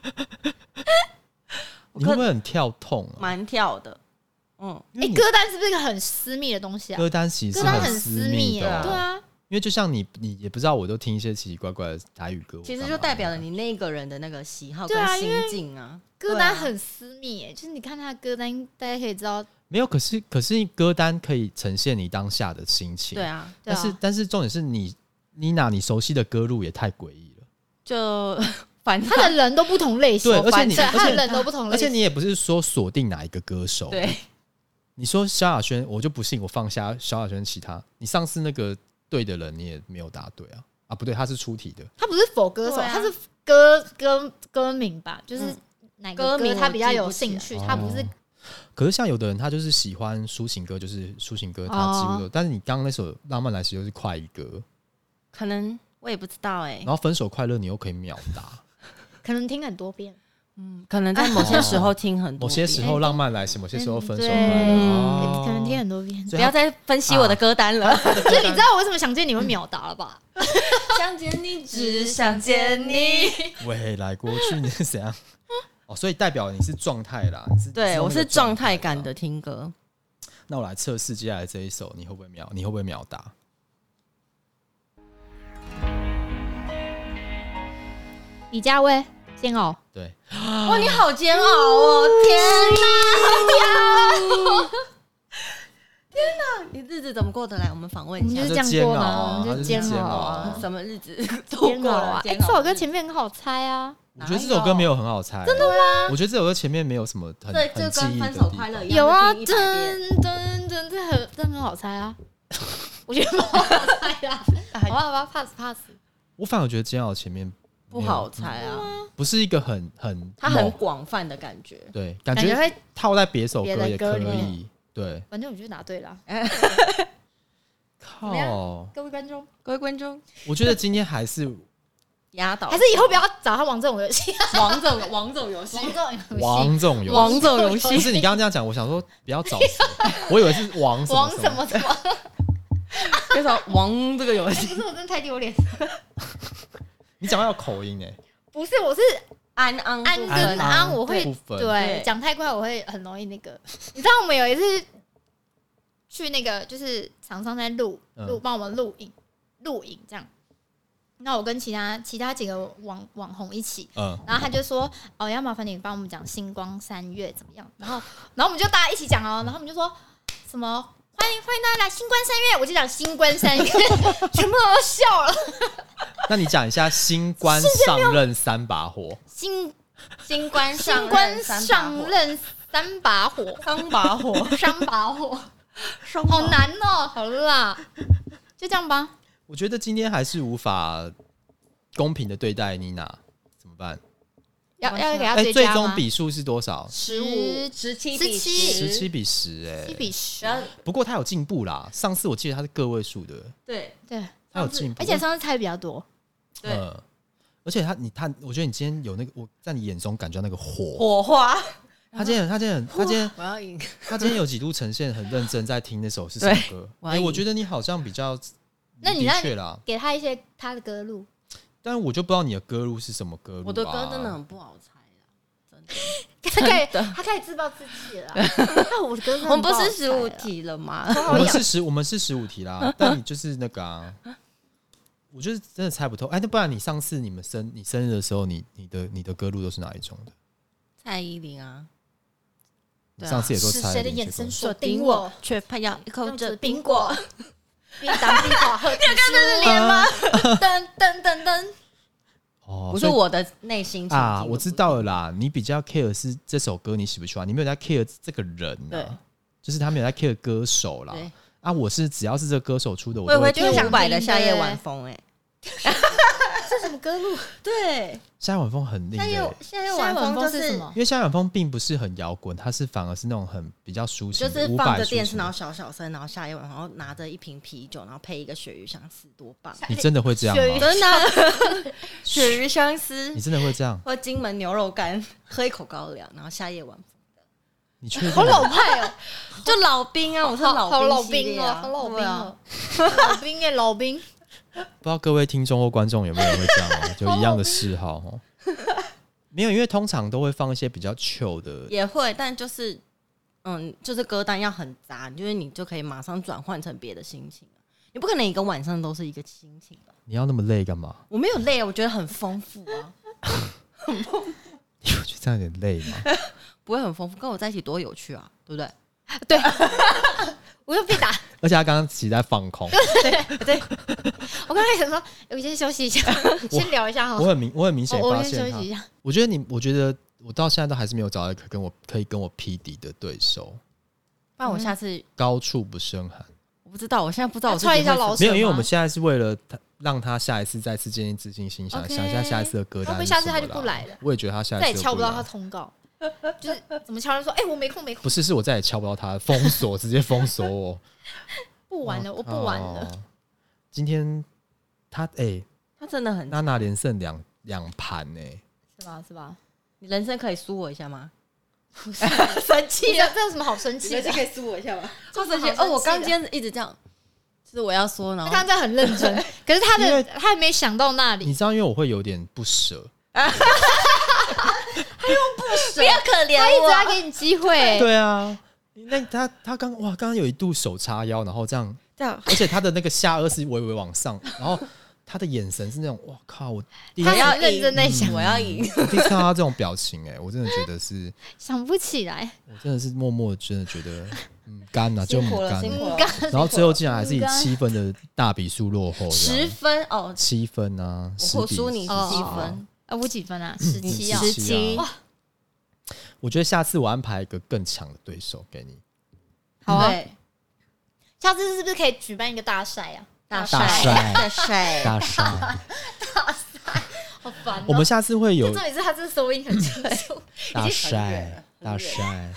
A: 你会不会很跳痛啊？
C: 蛮跳的，嗯，
A: 因
B: 哎
A: 为，你
B: 歌单是不是一个很私密的东西啊？
A: 歌单其实
B: 歌
A: 是
B: 单
A: 私
B: 私密耶，
A: 的、
B: 对，啊，
A: 因为就像你，你也不知道，我都听一些奇奇怪怪的台语歌，
C: 其
A: 我
C: 实
A: 干
C: 就
A: 嘛
C: 代表了你那个人的那个喜好
B: 对
C: 跟
B: 啊
C: 心
B: 因为
C: 境啊。
B: 歌单很私密耶，就是你看他的歌单，大家可以知道，
A: 没有。可是可是歌单可以呈现你当下的心情，
C: 对啊，
B: 对
A: 但
B: 啊
A: 是、但是重点是你妮娜，你熟悉的歌路也太诡异了，
C: 就 反正
B: 他的人都不同类型，
A: 对而且你
B: 对
A: 而且
B: 他的人都不同
A: 而
B: 类
A: 且
B: 型，
A: 你也不是说锁定哪一个歌手，
C: 对，
A: 你说萧亚轩，我就不信我放下萧亚轩其他，你上次那个对的人你也没有答对啊啊不对，他是出题的，
B: 他不是否歌手，
C: 对啊
B: 他是歌歌歌名吧，就是
C: 嗯
B: 哪个
C: 歌名
B: 他
C: 我
B: 比较
C: 记
B: 有
C: 不起
B: 兴
C: 来
B: 趣，他不是
A: 哦可是像有的人他就是喜欢抒情歌，就是抒情
B: 哦
A: 歌他几乎都，但是你刚刚那首《浪漫来袭》就是快歌，
C: 可能我也不知道哎、
A: 然后《分手快乐》你又可以秒 答，
B: 可能听很多遍，
C: 嗯，可能在某哦些时候听很多
A: 某
C: 遍，
A: 些时候《浪漫来袭》，某些时候《分手
B: 哎嗯对
A: 快乐》哦，
B: 可能听很多遍。
A: 所
C: 不
A: 以他
C: 要再分析我的歌单了。
B: 所以你知道我为什么想见你会秒答了吧？
C: 嗯
G: 想见你，只想见你。
A: 未来过去你是怎样？ 哦，所以代表你是状态啦，你是
C: 对我是状态感。
A: 你
C: 的听歌，
A: 是啊那个啦那我来测试接下来这一首，你会不会秒？你会不会秒答？
B: 李佳薇哦煎熬，
A: 对，
C: 哇，你好煎熬哦！天哪，天哪，你日子怎么过得来？我们访问一
B: 你
C: 下
B: 就，是这
A: 他
B: 样
A: 煎
B: 过的
A: 熬啊
B: 啊，我们
A: 他
B: 就
A: 煎
B: 煎熬
A: 熬
B: 啊
A: 啊
C: 什么日子 度过了
B: 啊！哎，
C: 煎
B: 这
C: 熬
B: 首歌
C: 日子？
B: 前面很好猜啊，
A: 我觉得这首歌没有很好猜，真的吗？我觉得这首歌前面没有什么很
C: 对
A: 很
C: 就
A: 记
C: 跟
A: 忆的
C: 分
A: 地
C: 手快乐
A: 方
C: 一。
B: 有
C: 样
B: 啊，
C: 一
B: 真
C: 百遍
B: 真真这很这很好猜 啊，我觉得不好猜啊 啦，好
C: 啊
B: 吧好吧，pass pass，
A: 我反而觉得煎熬前面
C: 不
A: 没有
C: 好，猜啊，
A: 不是一个很很
C: 它很
A: 猛
C: 广泛的感觉。
A: 对，感
B: 感觉
A: 啊觉
B: 会，
A: 套在别首
B: 别
A: 歌
B: 的
A: 也
B: 歌
A: 可
B: 里面
A: 以。对，
B: 反正我就答对了，么样
A: 靠，
B: 各位观众，
C: 哎各位观众，
A: 我觉得今天还是
C: 压倒
B: 还是以后不要找他玩这种游戏，啊
C: 王总王总游 戏
B: 玩这种游
A: 王这
B: 戏，
A: 种游戏
C: 王总游戏
A: 不是你刚刚这样讲，我想说不要找谁，我以为是王什么
B: 王什么什么，
C: 介绍王这个游
B: 哎，
C: 戏
B: 不是我真的太丢脸，
A: 你讲话有口音哎，
B: 不是我是
C: 安安
B: 安
C: 部
B: 跟
C: 分
B: 安，我会
A: 部分
B: 对
C: 对
B: 讲太快，我会很容易那个。你知道我们有一次去那个，就是厂商在录
A: 嗯
B: 录帮我们录影录影这样，那我跟其他其他几个网网红一起，
A: 嗯，
B: 然后他就说：“哦，要麻烦你帮我们讲《星光三月》怎么样？”然后，然后我们就大家一起讲哦，然后我们就说什么“欢迎欢迎大家来星光三月”，我就讲“星光三月”， 全部人都笑了。
A: 那你讲一下新官上任三把火，
B: 星
C: 新官上
B: 星官
C: 任三把
B: 上
C: 火
B: 任三把火，
C: 三把火，
B: 三把火，
C: 双
B: 好
C: 把
B: 难哦。好了啦，就这样吧。
A: 我觉得今天还是无法公平的对待妮娜，怎么办？
B: 要要给他
A: 哎、
B: 追
A: 最
B: 加
A: 终
B: 吗？
A: 比数是多少？
C: 十五、十七、
B: 17
A: 十七比十、
B: 一
A: 哎，
B: 比十
C: 不，要
A: 不过他有进步啦。上次我记得他是个位数的，
C: 对
B: 对，
A: 他有进步，
B: 而且上次猜比较多。
C: 对
A: 嗯而且他你他，我觉得你今天有那个，我在你眼中感觉到那个火。
C: 火花，
A: 他今天他今天他今天
C: 我要赢，
A: 他今天有几度呈现很认真在听那首是什么歌？
C: 我
A: 哎、
C: 要赢
A: 我觉得你好像比较，
B: 那你
A: 的
B: 让
A: 确啦，
B: 给他一些他的歌 路，
A: 但是我就不知道你的歌路是什么歌路、啊。
C: 我的歌真的很不好猜啊啦，真的。
B: 他可以他可以自暴自弃了啊。 那我的歌真的
C: 我们不
B: 好
C: 是十五
B: 猜啊
C: 题了吗？
A: 我们是十，我们是十五题 啦，但你就是那个啊，我就是真的猜不透。哎，那不然你上次你们生你生日的时候，你你的你的歌路都是哪一种的？
C: 蔡依林啊，
A: 你
C: 对啊
A: 上次也都
B: 是
A: 猜
B: 谁的
A: 林
B: 眼
A: 这
B: 神
A: 个
B: 锁定我？，
C: 却怕要一口
B: 用着
C: 这
B: 苹
C: 冰。
B: 果，冰糖冰花和 你有看这是
A: 连吗？
B: 噔噔噔噔，
A: 哦，
C: 不是
A: 所以
C: 我的内心情
A: 啊，
C: 境
A: 我
C: 都不
A: 知道了啦。你比较 care 是这首歌你喜不喜欢，你没有在 care 这个人、啊，
C: 对，
A: 就是他没有在 care 歌手啦
C: 对。
A: 啊，我是只要是这个歌手出的，我
C: 我也
A: 都
C: 会
A: 会
C: 听
B: 听
C: 伍佰的
B: 的
C: 《夏夜晚风》哎，
B: 这什么歌路？
C: 对，
A: 夏晚风很另
C: 夏
A: 类，
C: 夜
A: 因
C: 夏夜
B: 夏
C: 晚
B: 晚
C: 风就
B: 风是
C: 是
B: 什么？
A: 为夏晚风并不是很摇滚，它是反而是那种很比较抒情
C: 就
A: 的，
C: 是
A: 伍佰
C: 放着
A: 抒
C: 电视，
A: 情
C: 然后小小声，然后夏夜晚风，然后拿着一瓶啤酒，然后配一个鳕鱼香丝，多棒！
A: 你真的会这样
B: 鳕鱼
A: 吗？
C: 真的啊，鳕鱼香丝
A: 你真的会这样？
C: 或金门牛肉干，喝一口高粱，然后夏夜晚风，
A: 你确定？
B: 好老派哦，
C: 就老兵啊，我是
B: 好好老
C: 兵系
B: 兵
C: 列
B: 哦，
C: 啊
B: 好老兵
C: 对啊
B: 哦，老兵哎，老兵，
A: 不知道各位听众或观众有没有人会这样 哦，就一样的嗜好哦。没有，因为通常都会放一些比较 chill 的，
C: 也会，但就是嗯，就是歌单要很杂，就是你就可以马上转换成别的心情啊你不可能一个晚上都是一个心情吧？
A: 你要那么累干嘛？
C: 我没有累，啊我觉得很丰富 啊，
A: 你不觉得这样有点累吗？
C: 不会很丰富，跟我在一起多有趣啊，对不对？
B: 对，我又被 打，
A: 而且他刚刚其实在放空，
B: 我刚才想说，哎我先休息一下， 先聊一下
A: 我
B: 哈，
A: 很明我很明显
C: 哦
B: 我
A: 发
B: 我先
A: 现
B: 休
A: 他
B: 息一，下，
A: 我觉得你，我觉得我到现在都还是没有找到一个跟我可以跟我匹敌的对手，
C: 不然我下次、
A: 高处不胜寒。
C: 我不知道，我现在不知道我自己
B: 踹一
C: 会
B: 下
C: 怎么
B: 老鼠
A: 没有，因为
B: 哦吗
A: 我们现在是为了他让他下一次再次建立自信心，想
B: OK
A: 想一下下一次的歌单
B: 会不会
A: 是
B: 下次
A: 什么
B: 他就
A: 啦
B: 不来了
A: 我也觉得他下一次
B: 再也
A: 就
B: 敲不到
A: 来
B: 他
A: 了
B: 通告，就是怎么敲就说，哎，我没空没空，
A: 不是，是我再也敲不到他，封锁，直接封锁 我。
B: 不玩了，我不玩了，
A: 哦。今天他哎，
C: 他真的很，
A: 娜娜连胜两两盘哎，
B: 是吧是 吧？
C: 你人生可以输我一下吗？
B: 生气啊了，这有什么好生气的？
C: 可以输我一下 吗？
B: 这
C: 或
B: 有什
C: 者
B: 么好生
C: 是
B: 气的
C: 哦，我刚今天一直这样，就是我要说，然
B: 他
C: 后
B: 刚才很认真，可是他
A: 因为
B: 的他还没想到那里
A: 你，知道，因为我会有点不舍。
C: 不要可怜
B: 他一直在
C: 我，
B: 给你机会，
A: 对啊，那他他刚哇，刚刚有一度手叉腰，然后这样，
C: 这
B: 啊
C: 样
A: 而且他的那个下颚是微微往上，然后他的眼神是那种哇靠，我第一
B: 他
A: 次
B: 很
C: 要
B: 认真在想
C: 我要赢，
A: 我第一次看到他这种表情、哎，我真的觉得是，
B: 想不起来，
A: 我真的是默默地真的觉得，嗯，干呐、就
C: 辛
A: 很
C: 苦了，
A: 干
C: 辛。苦
B: 嗯
C: 了，
B: 干
A: 然后最后竟然还是以七分的大比数落后，这
C: 十
A: 样
C: 分哦，
A: 七分啊，十
C: 我
A: 比
C: 输你
A: 十
B: 哦
C: 七
B: 哦
C: 分，
B: 啊，我几分啊？十
C: 哦
B: 七啊
A: 嗯，十七
C: 哇
A: 啊。我觉得下次我安排一个更强的对手给你，
B: 好啊，
C: 对，
B: 下次是不是可以举办一个大赛啊？
C: 大
A: 大
C: 帅
A: 帅
C: 大帅，
A: 大帅。
B: 好烦哦，
A: 我们下次会有
B: 重点是他这个收音很清楚，
A: 大
C: 很远
A: 帅
C: 了，
A: 大帅。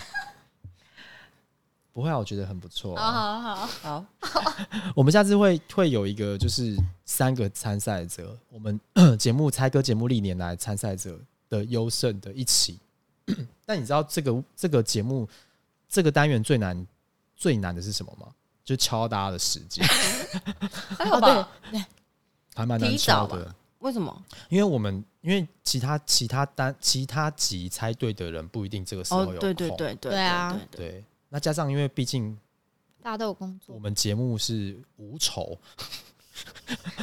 A: 不会啊，我觉得很不错、
B: 好好好，
C: 好，
A: 我们下次会会有一个，就是三个参赛者，我们 节目猜歌节目历年来参赛者的优胜的一起。 但你知道这个这个节目这个单元最难最难的是什么吗？就敲大家的时 间，
C: 还
B: 好吧？
A: 还蛮难
C: 提早
A: 敲
C: 吧
A: 的。
C: 哦为什么？
A: 因为我们因为其他其他单其他集猜对的人不一定这个时候
C: 哦
A: 有空，，
C: 对对对对
B: 对啊，
C: 对
A: 对。那加上因为毕竟
B: 大家都有工
A: 我
B: 作，
A: 们节目是无酬，啊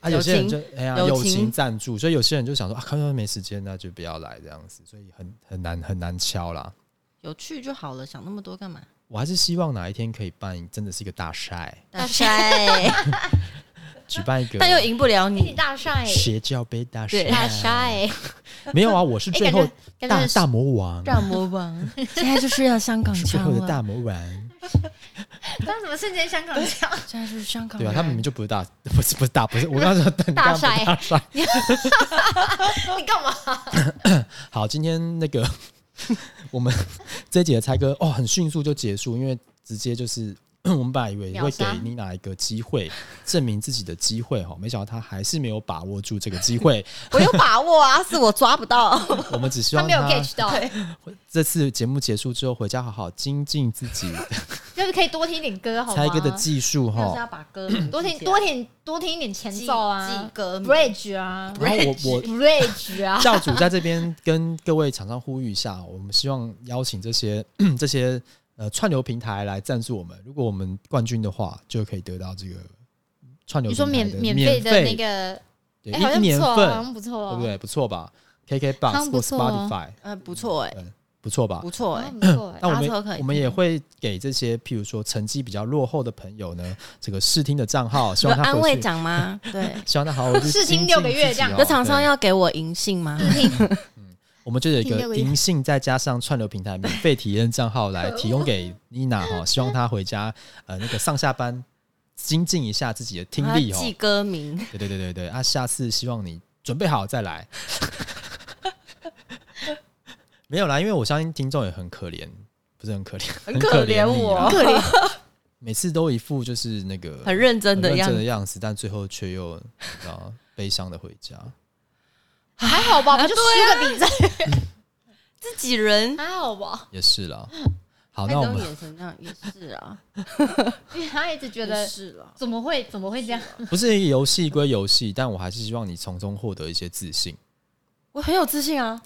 A: 啊，有些人就哎呀
C: 友
A: 友
C: 情
A: 情赞助，所以有些人就想说啊，看到没时间，那就不要来这样子，所以很很难很难敲啦。
C: 有趣就好了，想那么多干嘛？
A: 我还是希望哪一天可以办，真的是一个大赛，
C: 大帅，
A: 举办一个
C: 但又赢不了
B: 一起
C: 你。
B: 大帅，
A: 邪教杯大
C: 对
B: 哎大
A: 赛。
B: 帅，
A: 没有啊，我是最后
B: 感
A: 大
B: 觉
A: 大魔王，
C: 大魔 王，现在就是要香港
A: 我是最
C: 腔
A: 后的
C: 了
A: 大，魔王。
B: 刚怎么瞬间香港腔？
C: 现在就是香港
A: 对
C: 人。
A: 啊，他们明明就不是大， 不是不是大，不是我刚刚说你刚刚不是
B: 大帅
A: 大帅。
B: 你干嘛？
A: 好，今天那个 我们这一节的猜歌哦，很迅速就结束，因为直接就是 我们本来以为会
B: 秒
A: 给
B: 杀
A: 妮娜一个机会，证明自己的机会哈，没想到她还是没有把握住这个机 会。
C: 我有把握 啊，是我抓不到。
A: 我们只希
B: 他
A: 望
B: 没有
A: 她
B: get 到，
A: 这次节目结束之后回家好好精进自己
B: 就是可以多听一点歌，好吗
A: 猜？歌的技术哦
C: 就是
A: 哈。
C: 要把歌
B: 多听多听多听一点前奏啊
C: 记歌名
B: ，bridge 啊
A: 然后我我，
B: ，bridge 啊
A: 教主在这边跟各位厂商呼吁一下，我们希望邀请这些 这些呃串流平台来赞助我们。如果我们冠军的话，就可以得到这个串流
B: 你
A: 平
B: 说
A: 台
B: 免
A: 的
B: 免
A: 费
B: 费的那个，
A: 对
B: 哎，
A: 一
B: 好
A: 一
B: 像不
A: 年
B: 错
A: 份，
B: 哦，好像不错
A: 对
B: 哦，
A: 不对？不错吧
B: 好像
A: ？KKBox 或
B: 不错哦
A: Spotify
C: 呃不错哎，
A: 不错吧
C: 不？错
B: 好
C: 哎
B: 像，不错哎
A: 那我
C: 大家都可以
A: 们
C: 听
A: 我们也会给这些譬如说成绩比较落后的朋友呢，这个试听的账 号，希
C: 有
A: 望他
C: 安
A: 回
C: 慰
A: 去
C: 奖吗？对，
A: 希望他好好去
B: 试听
A: 精
B: 六
A: 进
B: 个
A: 自
B: 月
A: 己
B: 这样
A: 哦
C: 有厂商
A: 对
C: 要给我银杏吗？
A: 我们就有一
B: 订阅
A: 个
B: 为
A: 银杏，再加上串流平台免费体验账号 来提供给妮娜哈，希望她回家呃那个上下班精进一下自己的听
C: 我要
A: 力哦。
C: 啊记歌名，
A: 对对对对对啊，下次希望你准备好再来。 没有啦，因为我相信听众也很可怜，不是很可怜，很
C: 可怜
A: 你
C: 我
A: 啦
C: 可
A: 每次都一副就是那个
C: 很认真的
A: 很
C: 样
A: 认真的
C: 子。
A: 样子，但最后却又你知道悲伤的回家。
B: 还好吧，不就 输个比赛，
C: 自己人，
B: 啊还好吧？
A: 也是啦，好，
C: 那
A: 那我
C: 种
A: 们
C: 眼神这样也是啊，
B: 因为他一直觉
C: 也
B: 得
C: 是啊。
B: 怎么会怎么会这样？
A: 不是游戏归游戏，但我还是希望你从中获得一些自信。
C: 我很有自信啊，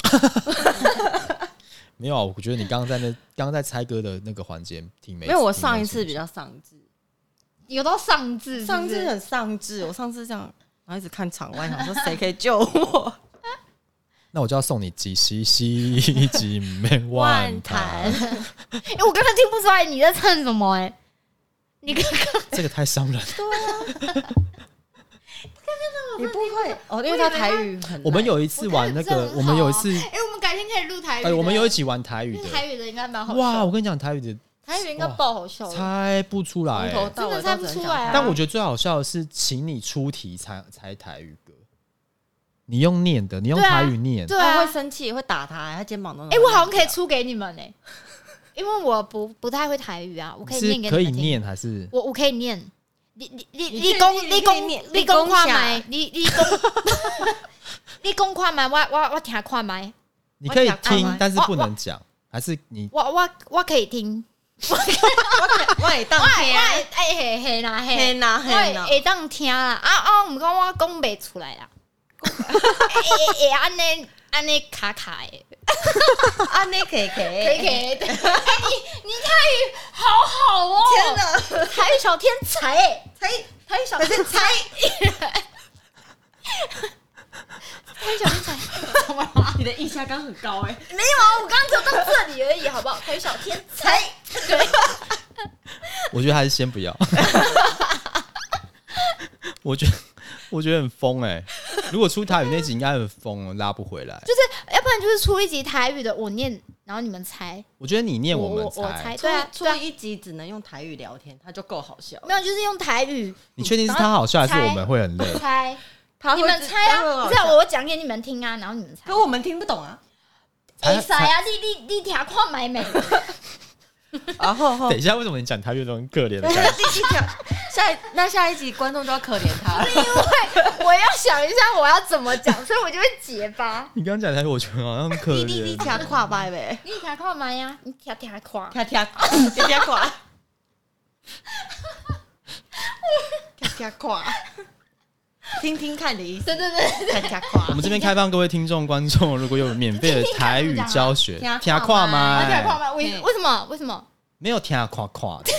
A: 没有啊，我觉得你刚刚在那刚刚在猜歌的那个环节挺没。
C: 没有我
A: 挺
C: 上一
A: 没
C: 次
A: 信
C: 比
A: 心
C: 较丧志，
B: 有到上字是不是，
C: 上次很丧志，我上次这样，然后一直看场外，想说谁可以救我？
A: 那我就要送你几西西几妹万坛，
B: 哎、我刚刚听不出来你在唱什 么哎、你刚
A: 这个太伤人了。
C: 你不会哦，因为他台语很烂，
A: 我们有一次玩那
B: 我觉
A: 个
B: 得这，很
A: 我们有一次，
B: 哎、我们改天可以录台语的，
A: 哎，我们有一起玩台语
B: 因为台
A: 的，
B: 语的应该蛮好
A: 哇，
B: 笑
A: 我，跟你讲，台语的
B: 台语应该爆好笑的，
A: 猜不出
C: 从
A: 来
C: 头
A: 欸。
C: 到尾
B: 真的猜不出来啊
A: 但我觉得最好笑的是，请你出题猜猜台语歌，你用念的，你用
B: 对啊
A: 台语念，
B: 对
C: 他
B: 啊
C: 会，生气，会打他，他肩膀都。
B: 哎、我好像可以，出给你们哎、因为我不不太会台语啊，我可以念
A: 是
B: 给
A: 可
B: 你
A: 以
B: 们听，
A: 念还是？
B: 我我可以念。你你你
C: 你
B: 你
C: 确
B: 讲
C: 定
B: 你
C: 你可以
B: 讲
C: 念
B: 你
C: 你讲
B: 讲看
C: 下
B: 麦，你你讲 你讲看麦，我我我听看麦，
A: 你可以
C: 我讲
A: 听
C: 啊，
A: 但是
B: 我
A: 不能讲，还是你
B: 我我我可以听，
C: 外当
B: 我
C: 天，
B: 哎嘿嘿啦嘿，
C: 天哪，天
B: 我
C: 哪，
B: 会当听啦，啊啊，毋讲我讲袂出 来啦，会会安尼安尼卡卡的，
C: 啊，那可以可以，
B: 可以可以的。哎你你泰语好好哦，
C: 天哪，
B: 台语小天才哎，台台语小天才，台语小天才，怎么了？
C: 你的腋下刚很高哎，
B: 没有啊，我刚刚只有到这里而已，好不好？台语小天才，对，
A: 我觉得还是先不要。 我觉得我觉得很疯哎、如果出台语那集应该很疯哦，拉不回来。
B: 要不然就是出一集台语的，我念，然后你们猜，
A: 我觉得你念
B: 我
A: 们
B: 我
A: 猜，
B: 对啊
C: 出
B: 对啊，
C: 一集只能用台语聊天，他就够好笑。
B: 没有就是用台语
A: 你确定是他好笑还是
B: 猜
A: 我们会很累？
B: 猜。
C: 他
B: 你们猜啊，不是啊我讲给你们听啊，然后你们猜
C: 可。我们听不懂啊。
B: 哎，
A: 猜
B: 啥呀？你你你听看买 没？
C: 然后后
A: 等一下，为什么你讲台语都很可怜的感觉？
C: 第七条，下一那下一集观众就要可怜他了。
B: 我要想一下我要怎么讲，所以我就会结巴。
A: 你刚刚讲台语，我觉得好像很可怜。
C: 条跨拜呗，
B: 你听看买呀？你听听看。
C: 条条条条跨，条条跨，听听看的意思，
B: 对对对，
C: 条条跨
A: 我。们这边开放各位听众观众，如果有免费的台语教学
C: 听，
A: 跨
C: 听
B: 听看
A: 吗？
B: 买。为
C: 嗯
B: 为什么为什么？
A: 没有听垮垮的，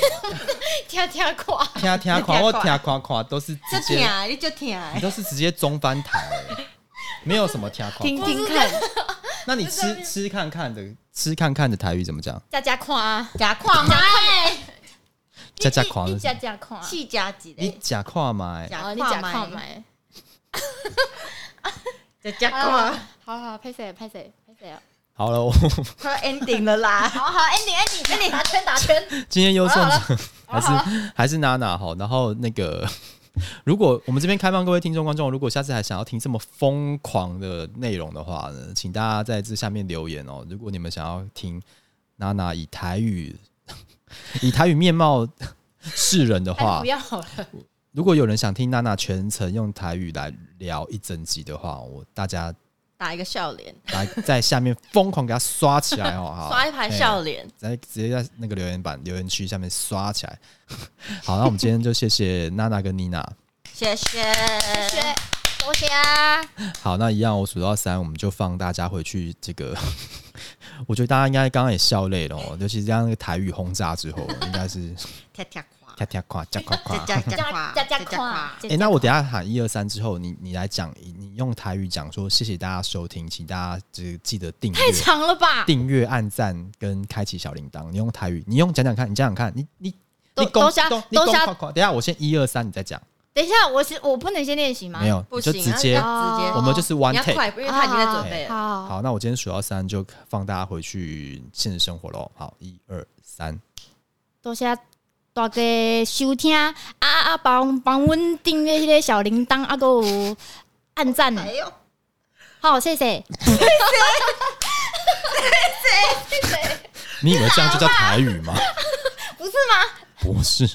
B: 跳跳跨，
A: 听听垮，我听垮垮都是
C: 就
A: 直
C: 听啊
A: 接，，
C: 你就听，
A: 你都是直接中翻台欸，没有什么听垮。
C: 听听看，
A: 那你吃吃看看的，吃看看的台语怎么讲？
B: 加加跨，
C: 假跨嘛，
A: 加哎加垮
B: 你
A: 是什
B: 加
A: 么，
B: 加跨，
C: 气假几
A: 你
C: 嘞，
A: 假跨嘛？
C: 假
B: 哦，
C: 跨
B: 你加跨
C: 嘛，
B: 买。
C: 假假
B: 啊
C: 跨，
B: 好好，拍谁拍谁拍谁啊！
A: 好了，我
C: 快要 ending 了啦，
B: 好好，ending ending ending，打圈打圈。
A: 今天优胜
B: 好了
A: 者
B: 好
A: 还是
B: 好
A: 还是娜娜好，然后那个，如果我们这边开放各位听众观众，如果下次还想要听这么疯狂的内容的话呢，请大家在这下面留言哦。如果你们想要听娜娜以台语 以台语面貌 示人的
B: 哎
A: 话
B: 不，要好了，
A: 如果有人想听娜娜全程用台语来聊一整集的话，我大家
C: 打一个笑脸，
A: 来在下面疯狂给她刷起来哦，好，
C: 刷一排
A: 嘿
C: 笑脸，
A: 在直接在那个留言板留言区下面刷起来。 好，那我们今天就谢谢娜娜跟妮娜。
C: 谢谢，
B: 谢谢，多谢啊！
A: 好，那一样，我数到三，我们就放大家回去。这个， 我觉得大家应该刚刚也笑累了、哦，尤其是刚刚那个台语轰炸之后，应该是
C: 跳跳跨，
A: 咔咔夸加夸夸。
C: 假假跨，
B: 加加
C: 假
B: 跨，
A: 哎、那我等一下喊一二三之后，你你来讲，你你用台语讲说谢谢大家收听，请大家就是记得订阅、
B: 太长了吧？
A: 订阅、按赞跟开启小铃铛。你用台语，你用讲讲看，你讲讲看，你你
B: 都
A: 你讲
B: 都是啊
A: 都你
B: 都是
A: 讲
B: 啊
A: 夸夸等一下我先一二三，你再讲，
B: 等一下，我是我不能先练习吗？
A: 没有，
C: 不
A: 你就
C: 行，
A: 直
C: 要
A: 接，
C: 要直接，
A: 我们就是 one
C: 你要
A: take。
C: 快，因为
B: 啊，
C: 他已经在准备了。
B: 好，好
A: 好，那我今天数到三就放大家回去现实生活喽。好，一二三，
B: 多谢大家收听啊啊！帮帮阮订阅迄个小铃铛，啊，还有按赞，
C: 呦，
B: 好，谢谢。
A: 你以为这样就叫台语吗？
B: 不是吗？
A: 不是，